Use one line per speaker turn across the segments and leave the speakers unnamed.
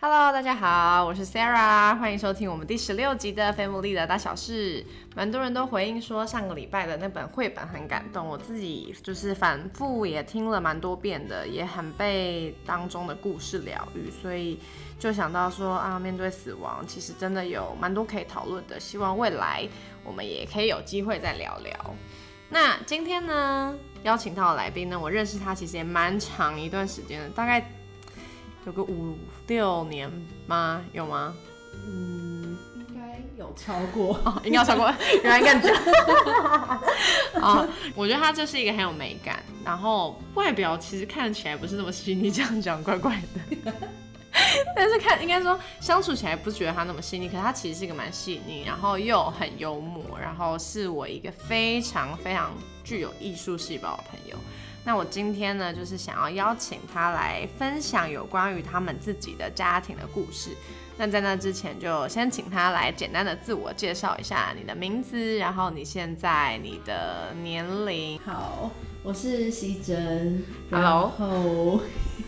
Hello，大家好，我是 Sarah，欢迎收听我们第十六集的《Family 的大小事》。蛮多人都回应说，上个礼拜的那本绘本很感动，我自己就是反复也听了蛮多遍的，也很被当中的故事疗愈，所以就想到说啊，面对死亡，其实真的有蛮多可以讨论的。希望未来我们也可以有机会再聊聊。那今天呢，邀请到的来宾呢，我认识他其实也蛮长一段时间了，大概有个五六年吗？有吗？
应该有超过，
哦，应该要超过， 原来更久。啊、我觉得他就是一个很有美感，然后外表其实看起来不是那么细腻，这样讲怪怪的。 但是看应该说相处起来不觉得他那么细腻，可是他其实是一个蛮细腻，然后又很幽默，然后是我一个非常非常具有艺术细胞的朋友。那我今天呢，就是想要邀请他来分享有关于他们自己的家庭的故事。那在那之前，就先请他来简单的自我介绍一下你的名字，然后你现在你的年龄。
好，我是西珍
Hello
然后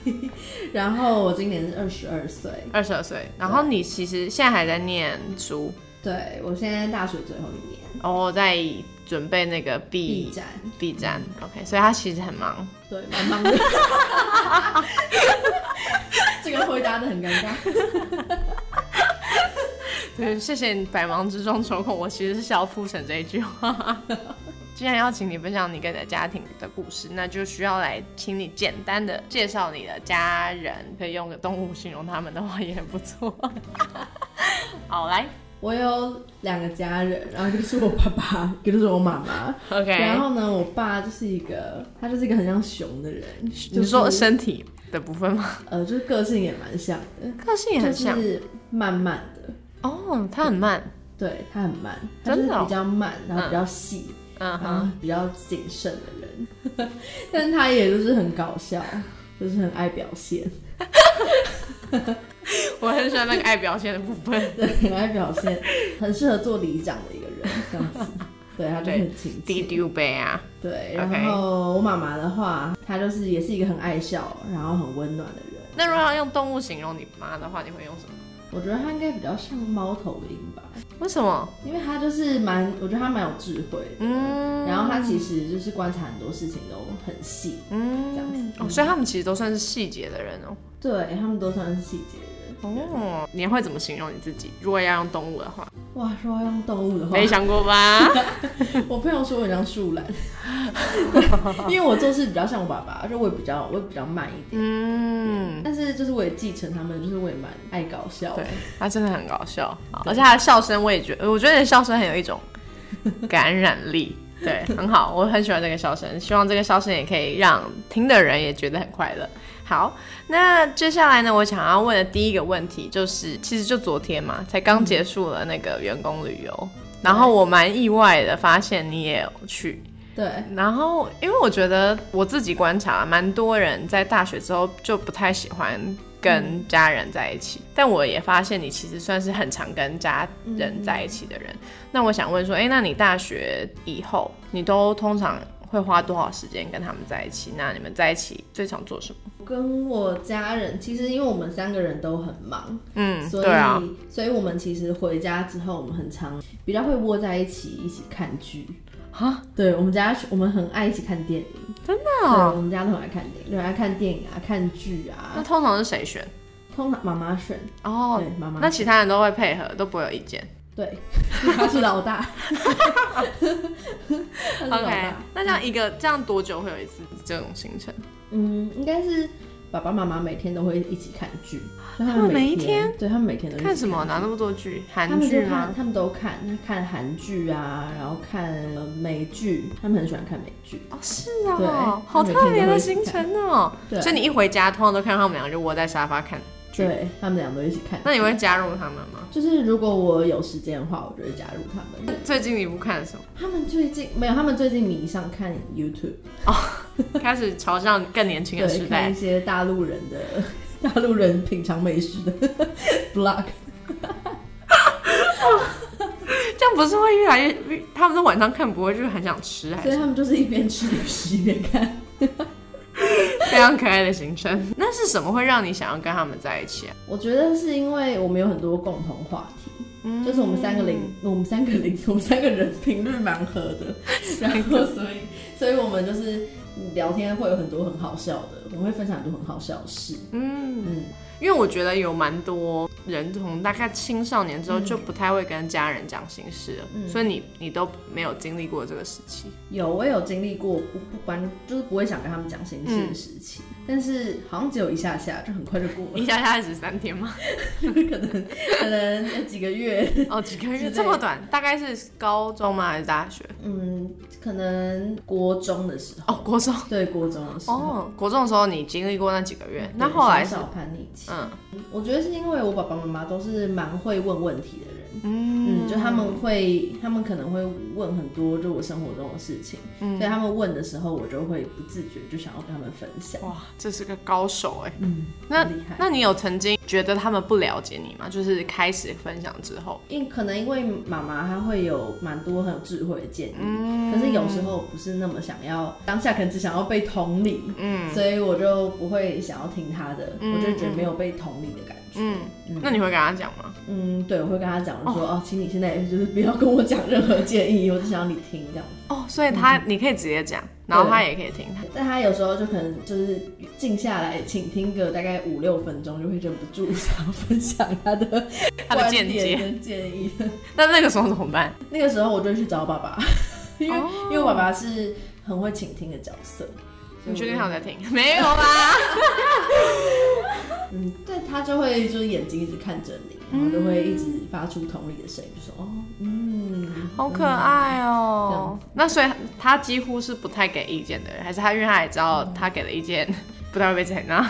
然后我今年是二十二岁，
二十二岁，然后你其实现在还在念书，
对我现在大学最后一年，
然后在准备那个毕
毕展，
毕展，OK，所以他其实很忙，
对，蛮忙的， 这个回答的很尴尬，
对，谢谢你百忙之中抽空，我其实是想要复审这一句话。既然邀请你分享你跟你的家庭的故事，那就需要来请你简单的介绍你的家人，可以用个动物形容他们的话也很不错。好，来
我有两个家人，然后一个是我爸爸， 一个就是我妈妈。
，OK，
然后呢，我爸就是一个，他就是一个很像熊的人，就是
你说身体的部分吗？
呃，就是个性也蛮像的，
个性也很像
就是慢慢的，
哦，他很慢，
对他很慢，他就
真
是
的哦
比较慢，然后比较细，
嗯
然
哼，
后比较谨慎的人， 但他也就是很搞笑，就是很爱表现，
我很喜欢那个爱表现的部 分，
对，很爱表现，很适合做里长的一个人，这样子。对，他就很亲
滴
切。
丢呗啊，
对，
OK
然后我妈妈的话，她就是也是一个很爱笑，然后很温暖的人。
那如果要用动物形容你妈的话，你会用什么？
我觉得她应该比较像猫头鹰吧，
为什么？
因为她就是蛮，我觉得她蛮有智慧的。
嗯，
然后她其实就是观察很多事情都很细，这样
嗯
子，
哦，所以他们其实都算是细节的人哦。
对他们都算是细节人。
哦，你会怎么形容你自己？如果要用动物的话，
哇，说要用动物的话，
没想过吧？
我朋友说我很像树 懒，因为我做事比较像我爸爸，而且我也比较我也比较慢一点。
嗯，
但是就是我也继承他们，就是我也蛮爱搞笑的
对，，他啊真的很搞笑，好而且他的笑声我也觉得，我觉得你的笑声很有一种感染力。对，很好，我很喜欢这个笑声，希望这个笑声也可以让听的人也觉得很快乐。好，那接下来呢，我想要问的第一个问题就是，其实就昨天嘛，才刚结束了那个员工旅游，然后我蛮意外的发现你也有去，
对
然后，因为我觉得我自己观察，蛮多人在大学之后就不太喜欢跟家人在一起，但我也发现你其实算是很常跟家人在一起的人。那我想问说，哎，那你大学以后，你都通常会花多少时间跟他们在一起？那你们在一起最常做什么？
跟我家人，其实因为我们三个人都很忙，
嗯，
所以、
对啊，
所以我们其实回家之后，我们很常比较会窝在一起一起看剧。
啊，
对我们家我们很爱一起看电影，
哦
对，我们家都很爱看电影，很爱看电影啊，看剧
那
啊。
通常是谁选？
通常妈妈选，
哦
对，妈妈
那其他人都会配合，都不会有意见。
对， 他是 老大。他是老
OK，
大。
那这样一个这样多久会有一次这种行程？
嗯，应该是爸爸妈妈每天都会一起看剧，他
他们每一
一天，对他们每天都一起
看什么？
剧
哪那么多剧？
他
韩
们就
剧吗
看，？他们都看，看韩剧啊，然后看呃美剧，他们很喜欢看美剧。
哦，是啊、
对
好特别的行程哦、
对
所以你一回家，通常都看到他们两个就窝在沙发看剧。
对他们俩都一起看。
那你会加入他们吗？
就是如果我有时间的话，我就会加入他们。
最近你不看什么？
他们最近没有，他们最近迷上看 YouTube。
开始朝向更年轻的时
对，看
代
一。些大陆人的大陆人品尝美食的 blog，
这样不是会越来越越？他们都晚上看不会，就是很想吃，还
所以
是
他们就是一边吃零食一边看。
非常可爱的行程。那是什么会让你想要跟他们在一起啊？
我觉得是因为我们有很多共同话题，就是我们三个零，
嗯
我们三个零，我们三个人频率蛮 合的，然后所以，所以我们就是聊天会有很多很好笑的，我们会分享很多很好笑的事，
嗯，
嗯，
因为我觉得有蛮多人从大概青少年之后就不太会跟家人讲心事了，
嗯
所以你你都没有经历过这个时期。
有我也有经历过不不管就是不会想跟他们讲心事
嗯
的时期，但是好像只有一下下，就很快就过了，
一下下只三天 吗？
可能可能几个月，
哦，几个
之类
月
的
这么短，大概是高中吗？还是大学？
嗯，可能国中的时候，
哦，国中。
对国中的时候，
哦，国中的时候你经历过那几个月
对，
那后来是
小小叛逆期。
嗯
我觉得是因为我爸爸妈妈都是蛮会问问题的人，
嗯
嗯，就他们会，他们可能会问很多就我生活中的事情，
嗯
所以他们问的时候，我就会不自觉就想要跟他们分享，
哇，这是个高手哎。
嗯，
哦那
很厉害。
那你有曾经觉得他们不了解你吗？就是开始分享之后，
因可能因为妈妈她会有蛮多很有智慧的建议，可是有时候不是那么想要，当下可能只想要被同理，嗯，所以我就不会想要听她的，我就觉得没有被同理的感觉，
嗯，那你会跟他讲吗？
嗯，对，我会跟他讲我说，哦，请你现在就是不要跟我讲任何建议，我只想要你听这样。
哦，所以他你可以直接讲，然后他也可以听。
但他有时候就可能就是静下来，请听个大概五六分钟，就会忍不住想要分享他的
他的见
观点
解。
跟建议。
那那个时候怎么办？
那个时候我就去找爸 爸，因为、
哦
因为我爸爸是很会倾听的角色。
你确定他
好
有在听？没有啊啦。
嗯，对他就会就是眼睛一直看着你，然后就会一直发出同理的声音，就说哦，嗯，
好可爱哦、那所以他几乎是不太给意见的人，还是他因为他也知道他给的意见 不太会被采纳。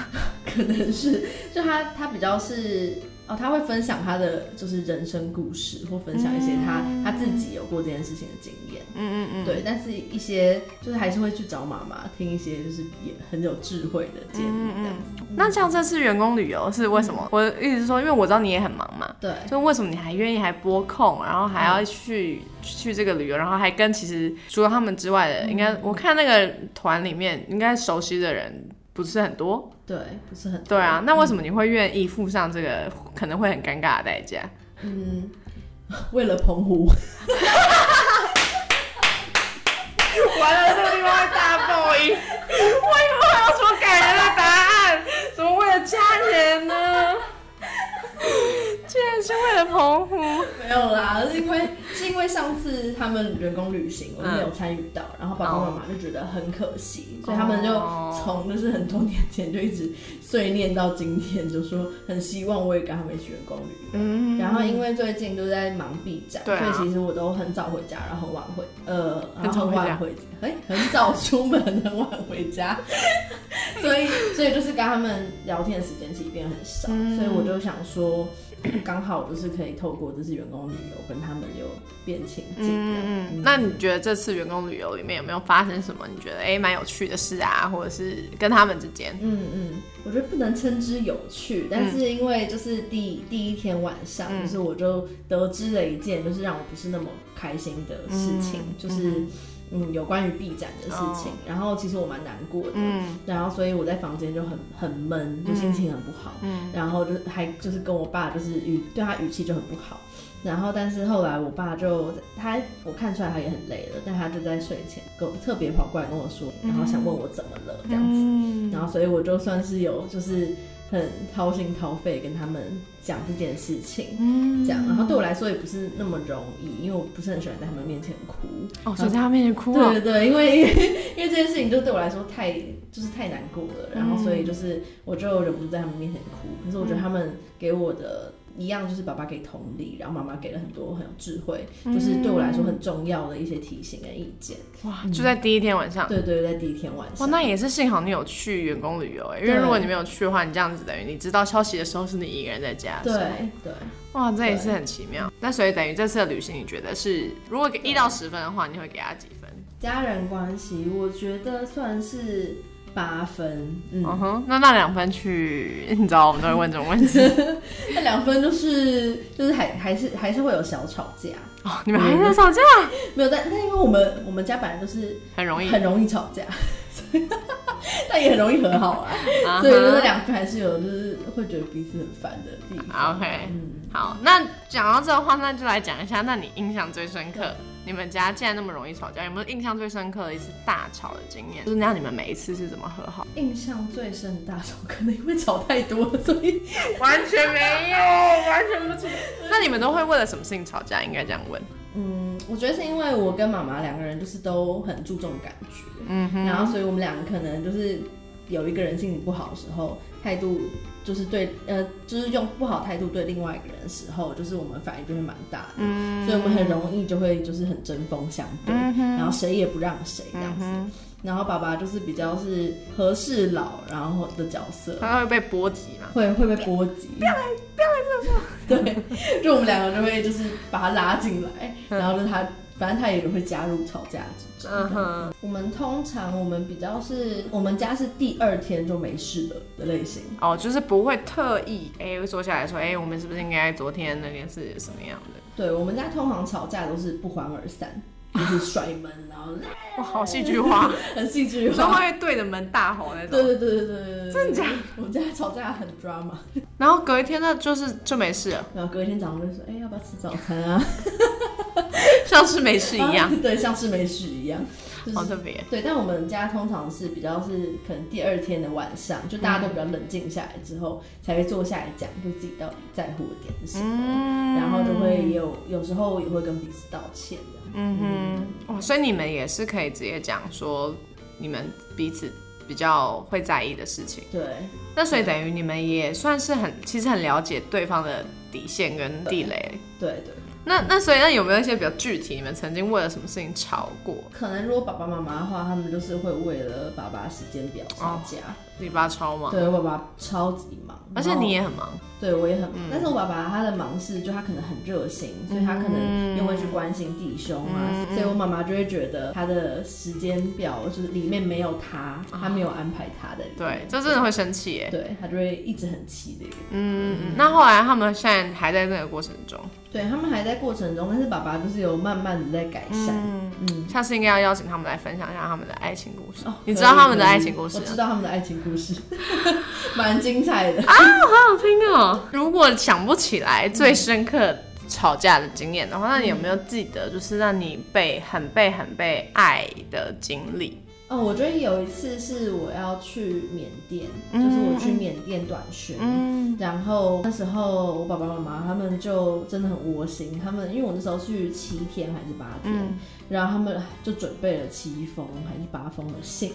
可能是就他他比较是哦，他会分享他的就是人生故事，或分享一些他、他自己有过这件事情的经验。
嗯嗯嗯嗯，
对，但是一些就是还是会去找妈妈听一些就是也很有智慧的建
嗯
议这样子。
那像这次员工旅游是为什么？我一直说，因为我知道你也很忙嘛，
对，
就为什么你还愿意还拨空，然后还要去、去这个旅游，然后还跟其实除了他们之外的，嗯应该我看那个团里面应该熟悉的人不是很多。
对，不是很
对啊，那为什么你会愿意付上这个可能会很尴尬的代价？
为了澎湖，
完了，这个地方会大爆音。为什么还有什么感人的答案？怎么为了家人呢？居然是为了澎湖。
没有啦，是因为是因为上次他们员工旅行我没有参与到，然后爸爸妈妈就觉得很可惜，所以他们就
哦
从就是很多年前就一直碎念到今天，就说很希望我也跟他们一起员工旅游。
嗯
然后因为最近都在忙 B 展，
对啊
所以其实我都很早回家，然后很晚回，呃，
很
然
早
后
回
很
家
晚回，哎、很早出门，很晚回家， 所以所以就是跟他们聊天的时间其实变很少，
嗯
所以我就想说， 刚好就是可以透过这次员工旅游跟他们有变亲近这样。
嗯嗯，那你觉得这次员工旅游里面有没有发生什么你觉得哎蛮、有趣的事啊，或者是跟他们之间？
嗯嗯，我觉得不能称之有趣，但是因为就是第第一天晚上，
嗯
就是我就得知了一件就是让我不是那么开心的事情，
嗯哦
就是嗯有关于臂展的事情，然后其实我蛮难过的。
嗯
然后，所以我在房间就很很闷，就心情很不好。
嗯
然后就还就是跟我爸就是语对他语气就很不好。然后，但是后来我爸就他我看出来他也很累了，但他就在睡前跟我特别跑过来跟我说，然后想问我怎么了这样子。
嗯
然后所以我就算是有就是很掏心掏肺跟他们讲这件事情，
嗯
这样，然后对我来说也不是那么容易，因为我不是很喜欢在他们面前哭。
哦，所以在他面前哭了。
对对对，因为 因为这件事情就对我来说太就是太难过了，然后所以
嗯
就是我就忍不住在他们面前哭。可是我觉得他们给我的一样就是爸爸给同理，然后妈妈给了很多很有智慧，就是对我来说很重要的一些提醒跟意见。
哇，嗯就在第一天晚上。
对对，在第一天晚
啊哇，
上，
那也是幸好你有去员工旅游哎、因为
对
如果你没有去的话，你这样子等于你知道消息的时候是你一个人在家。
对，对。
哇，这也是很奇妙。那所以等于这次的旅行，你觉得是如果给一到十分的话，你会给他几分？
家人关系，我觉得算是八分，嗯，
嗯哼，那那两分去，你知道我们都会问这种问 题
那两分就是就是还还是还是会有小吵架，
哦。你们还在吵架，
没有，但但因为我们我们家本来就是
很容易
很容易吵架， 但也很容易和好啊，
啊哈
所以就是两个还是有就是会觉得彼此很烦的地方。
啊 OK
嗯，
好，那讲到这的话，那就来讲一下，那你印象最深刻，你们家既然那么容易吵架，有没有印象最深刻的一次大吵的经验？就是那你们每一次是怎么和好？
印象最深的大吵，可能因为吵太多了，所以
完全没有，完全不知道。 那你们都会为了什么事情吵架？应该这样问。
嗯，我觉得是因为我跟妈妈两个人就是都很注重感觉，
嗯哼，
然后所以我们两个可能就是有一个人心情不好的时候，态度就是对呃，就是用不好态度对另外一个人的时候，就是我们反应就会蛮大的，
嗯
所以我们很容易就会就是很针锋相对，
嗯哼
然后谁也不让谁这样子。
嗯
然后爸爸就是比较是和事佬，然后的角色
哼，，他会被波及嘛？
会会被波及。不要来，不要来这 对，就我们两个就会就是把他拉进来，然后就他，反正他也会加入吵架之中。
嗯哼，
我们通常我们比较是，我们家是第二天就没事的的类型。
哦，就是不会特意哎、说起来说哎、我们是不是应该昨天那件事什么样的？
对我们家通常吵架都是不欢而散，就是甩门，然后
哇，好戏剧 化，
很戏剧
说
化。
会对着门大吼那种。
对对对对对对对，
真的假的？
我们家吵架很 drama，
然后隔一天呢，就是就没事了，
然后隔一天早上就说，哎、要不要吃早餐啊？
像是没事一样，哦
啊，对，像是没事一样，就是
好特别。
对，但我们家通常是比较是可能第二天的晚上，就大家都比较冷静下来之后，才会坐下来讲，就自己到底在乎的点是什么，
嗯
然后就会有有时候也会跟彼此道歉这样。
嗯哼，哇，所以你们也是可以直接讲说你们彼此比较会在意的事情，
对，
那所以等于你们也算是很其实很了解对方的底线跟地雷。
对对，
那那所以那有没有一些比较具体，你们曾经为了什么事情吵过？
可能如果爸爸妈妈的话，他们就是会为了爸爸时间表吵架。
你爸超忙，
对我爸爸超级忙，
哦而且
然后
你也很忙，
对我也很忙，
嗯
但是我爸爸他的忙是，就他可能很热心，所以他可能又会去关心弟兄啊，
嗯
所以我妈妈就会觉得他的时间表就是里面没有他，他没有安排他的里
嗯对
面，，
这真的会生气耶。
对他就会一直很气这个。
嗯，那后来他们现在还在这个过程中，
对他们还在过程中，但是爸爸就是有慢慢的在改善。嗯，
下次应该要邀请他们来分享一下他们的爱情故事。
哦
你知道他们的
可以
爱情故事啊
我
吗？
知道他们的爱情故事， 蛮精彩的。
好听哦！嗯如果想不起来最深刻吵架的经验的话，那你有没有记得，就是让你被很被很被爱的经历？
哦，我觉得有一次是我要去缅甸，
嗯
就是我去缅甸短宣，
嗯，
然后那时候我爸爸妈妈他们就真的很窝心，他们因为我那时候去七天还是八天，
嗯
然后他们就准备了七封还是八封的信，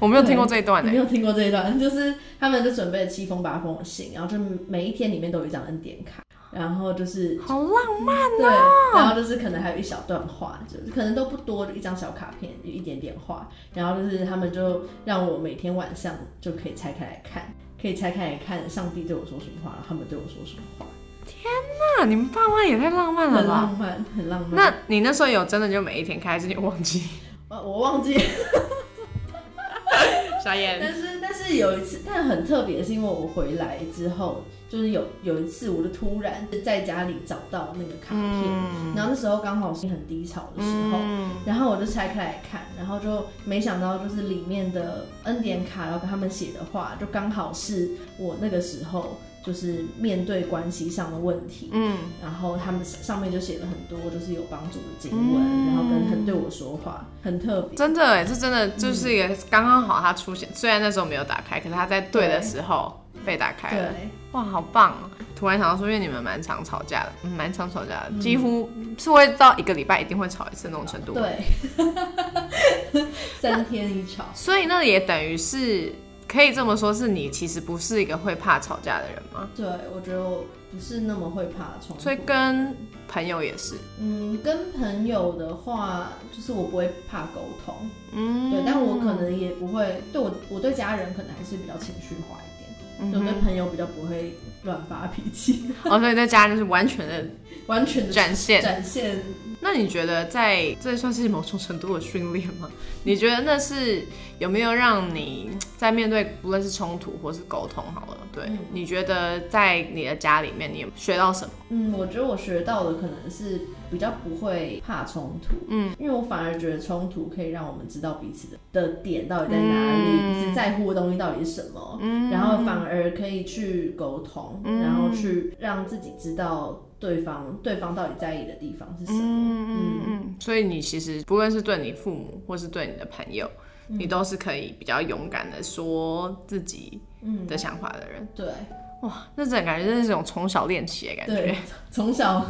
我没有听过这一段欸
你
呢、
没有听过这一段， 就是他们就准备了七封八封的信，然后就每一天里面都有一张恩典卡，然后就是
好浪漫
对，然后就是可能还有一小段话，就是可能都不多，就一张小卡片，就一点点话。然后就是他们就让我每天晚上就可以拆开来看，可以拆开来看上帝对我说什么话，然后他们对我说什么话，
啊！你们爸妈也太浪漫了
很
吧？
浪漫，很浪漫。
那你那时候有真的就每一天开，还是你忘记？
那我忘记，
傻眼。
但是但是有一次，但很特别，是因为我回来之后，就是有有一次，我就突然在家里找到那个卡片，然后那时候刚好是很低潮的时候，
嗯，
然后我就拆开来看，然后就没想到就是里面的恩典卡，然后跟他们写的话，就刚好是我那个时候就是面对关系上的问题，
嗯，
然后他们上面就写了很多就是有帮助的经文，
嗯
然后跟很对我说话，很特别。
真的哎、这真的就是一个刚刚好它出现，虽然那时候没有打开，可是它在对的
对
时候被打开了。
对，
哇，好棒、哦！突然想到说，因为你们蛮常吵架的，嗯，蛮常吵架的，几乎是会到一个礼拜一定会吵一次那种程度。，
对， 三天一吵。
所以那也等于是可以这么说，是你其实不是一个会怕吵架的人吗？
对，我觉得我不是那么会怕冲突。
所以跟朋友也是，
嗯，跟朋友的话，就是我不会怕沟通。
嗯
对，但我可能也不会对我，我对家人可能还是比较情绪化一点。
嗯
就我对
哼
朋友比较不会乱发脾气，
哦，所以在家就是完全的
完全的
展现。
展现
那你觉得在这算是某种程度的训练吗？你觉得那是有没有让你在面对不论是冲突或是沟通好了？对，
嗯
你觉得在你的家里面你有学到什么？
嗯，我觉得我学到的可能是比较不会怕冲突，
嗯，
因为我反而觉得冲突可以让我们知道彼此的的点到底在哪里，
嗯
彼此在乎的东西到底是什么，
嗯
然后反而可以去沟通，
嗯
然后去让自己知道对方对方到底在意的地方是什么。
嗯嗯嗯，所以你其实不论是对你父母或是对你的朋友，你都是可以比较勇敢的说自己
嗯，
的想法的人。
对
哇，那整感觉真的是一种从小练习的感
对
觉，，
从小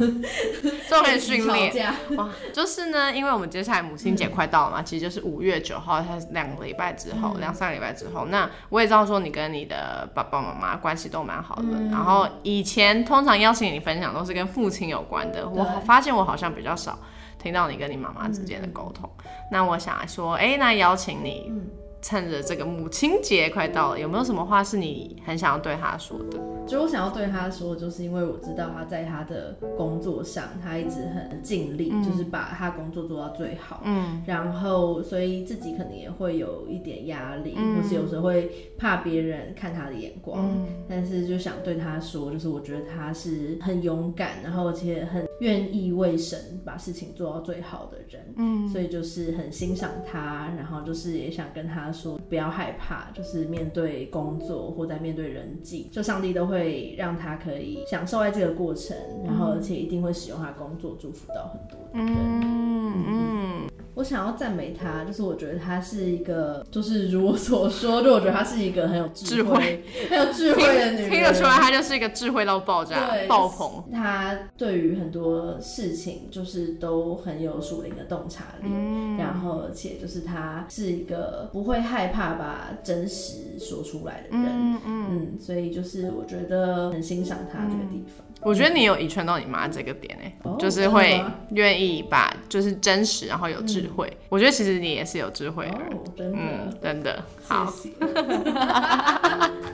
这种很训练
吵。架，
哇，就是呢，因为我们接下来母亲节快到了
嗯
嘛，其实就是五月九号，它是两个礼拜之后，两、三个礼拜之后。那我也知道说你跟你的爸爸妈妈关系都蛮好的，
嗯
然后以前通常邀请你分享都是跟父亲有关的，我
对
好发现我好像比较少听到你跟你妈妈之间的沟通。那我想说，哎、那邀请你
嗯。
趁着这个母亲节快到了，有没有什么话是你很想要对她说的？
就我想要对他说，就是因为我知道他在他的工作上，他一直很尽力，就是把他工作做到最好。嗯，然后所以自己可能也会有一点压力，或是有时候会怕别人看他的眼光。但是就想对他说，就是我觉得他是很勇敢，然后而且很愿意为神把事情做到最好的人。嗯，所以就是很欣赏他，然后就是也想跟他说，不要害怕，就是面对工作或在面对人际，就上帝都会让他可以享受在这个过程，然后而且一定会使用他的工作祝福到很多的人。嗯我想要赞美他，就是我觉得他是一个，就是如我所说，就我觉得他是一个很有智慧、很有智慧的女人，
听得出来，她就是一个智慧到爆炸、
对
爆棚。
他对于很多事情就是都很有属灵的洞察力，
嗯
然后而且就是他是一个不会害怕把真实说出来的人，嗯所以就是我觉得很欣赏他这个地方。
我觉得你有遗传到你妈这个点哎、
哦
就是
真
会
的吗
愿意把就是真实，然后有智慧。我觉得其实你也是有智慧的嗯人，
哦，真
嗯
的，，
真的好
谢谢。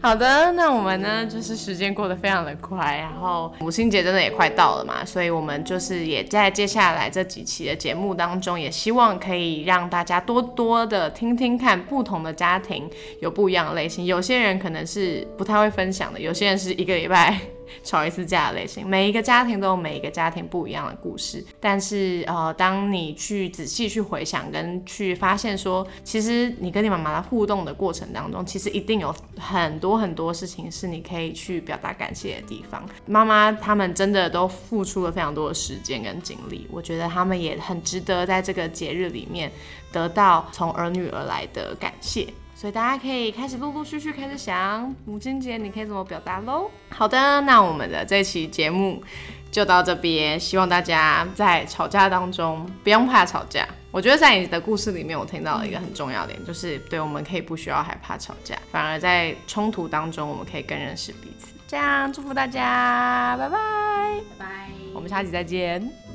好的。那我们呢，就是时间过得非常的快，然后母亲节真的也快到了嘛，所以我们就是也在接下来这几期的节目当中，也希望可以让大家多多的听听看不同的家庭有不一样的类型，有些人可能是不太会分享的，有些人是一个礼拜 吵一次架的类型。每一个家庭都有每一个家庭不一样的故事，但是呃，当你去仔细去回想跟去发现说，其实你跟你妈妈的互动的过程当中，其实一定有很多很多事情是你可以去表达感谢的地方。妈妈他们真的都付出了非常多的时间跟精力，我觉得他们也很值得在这个节日里面得到从儿女而来的感谢。所以大家可以开始陆陆续续开始想母亲节你可以怎么表达喽。好的，那我们的这期节目就到这边，希望大家在吵架当中不用怕吵架。我觉得在你的故事里面，我听到了一个很重要的点，就是对我们可以不需要害怕吵架，反而在冲突当中，我们可以更认识彼此。这样祝福大家，拜拜，
拜拜。
我们下期再见。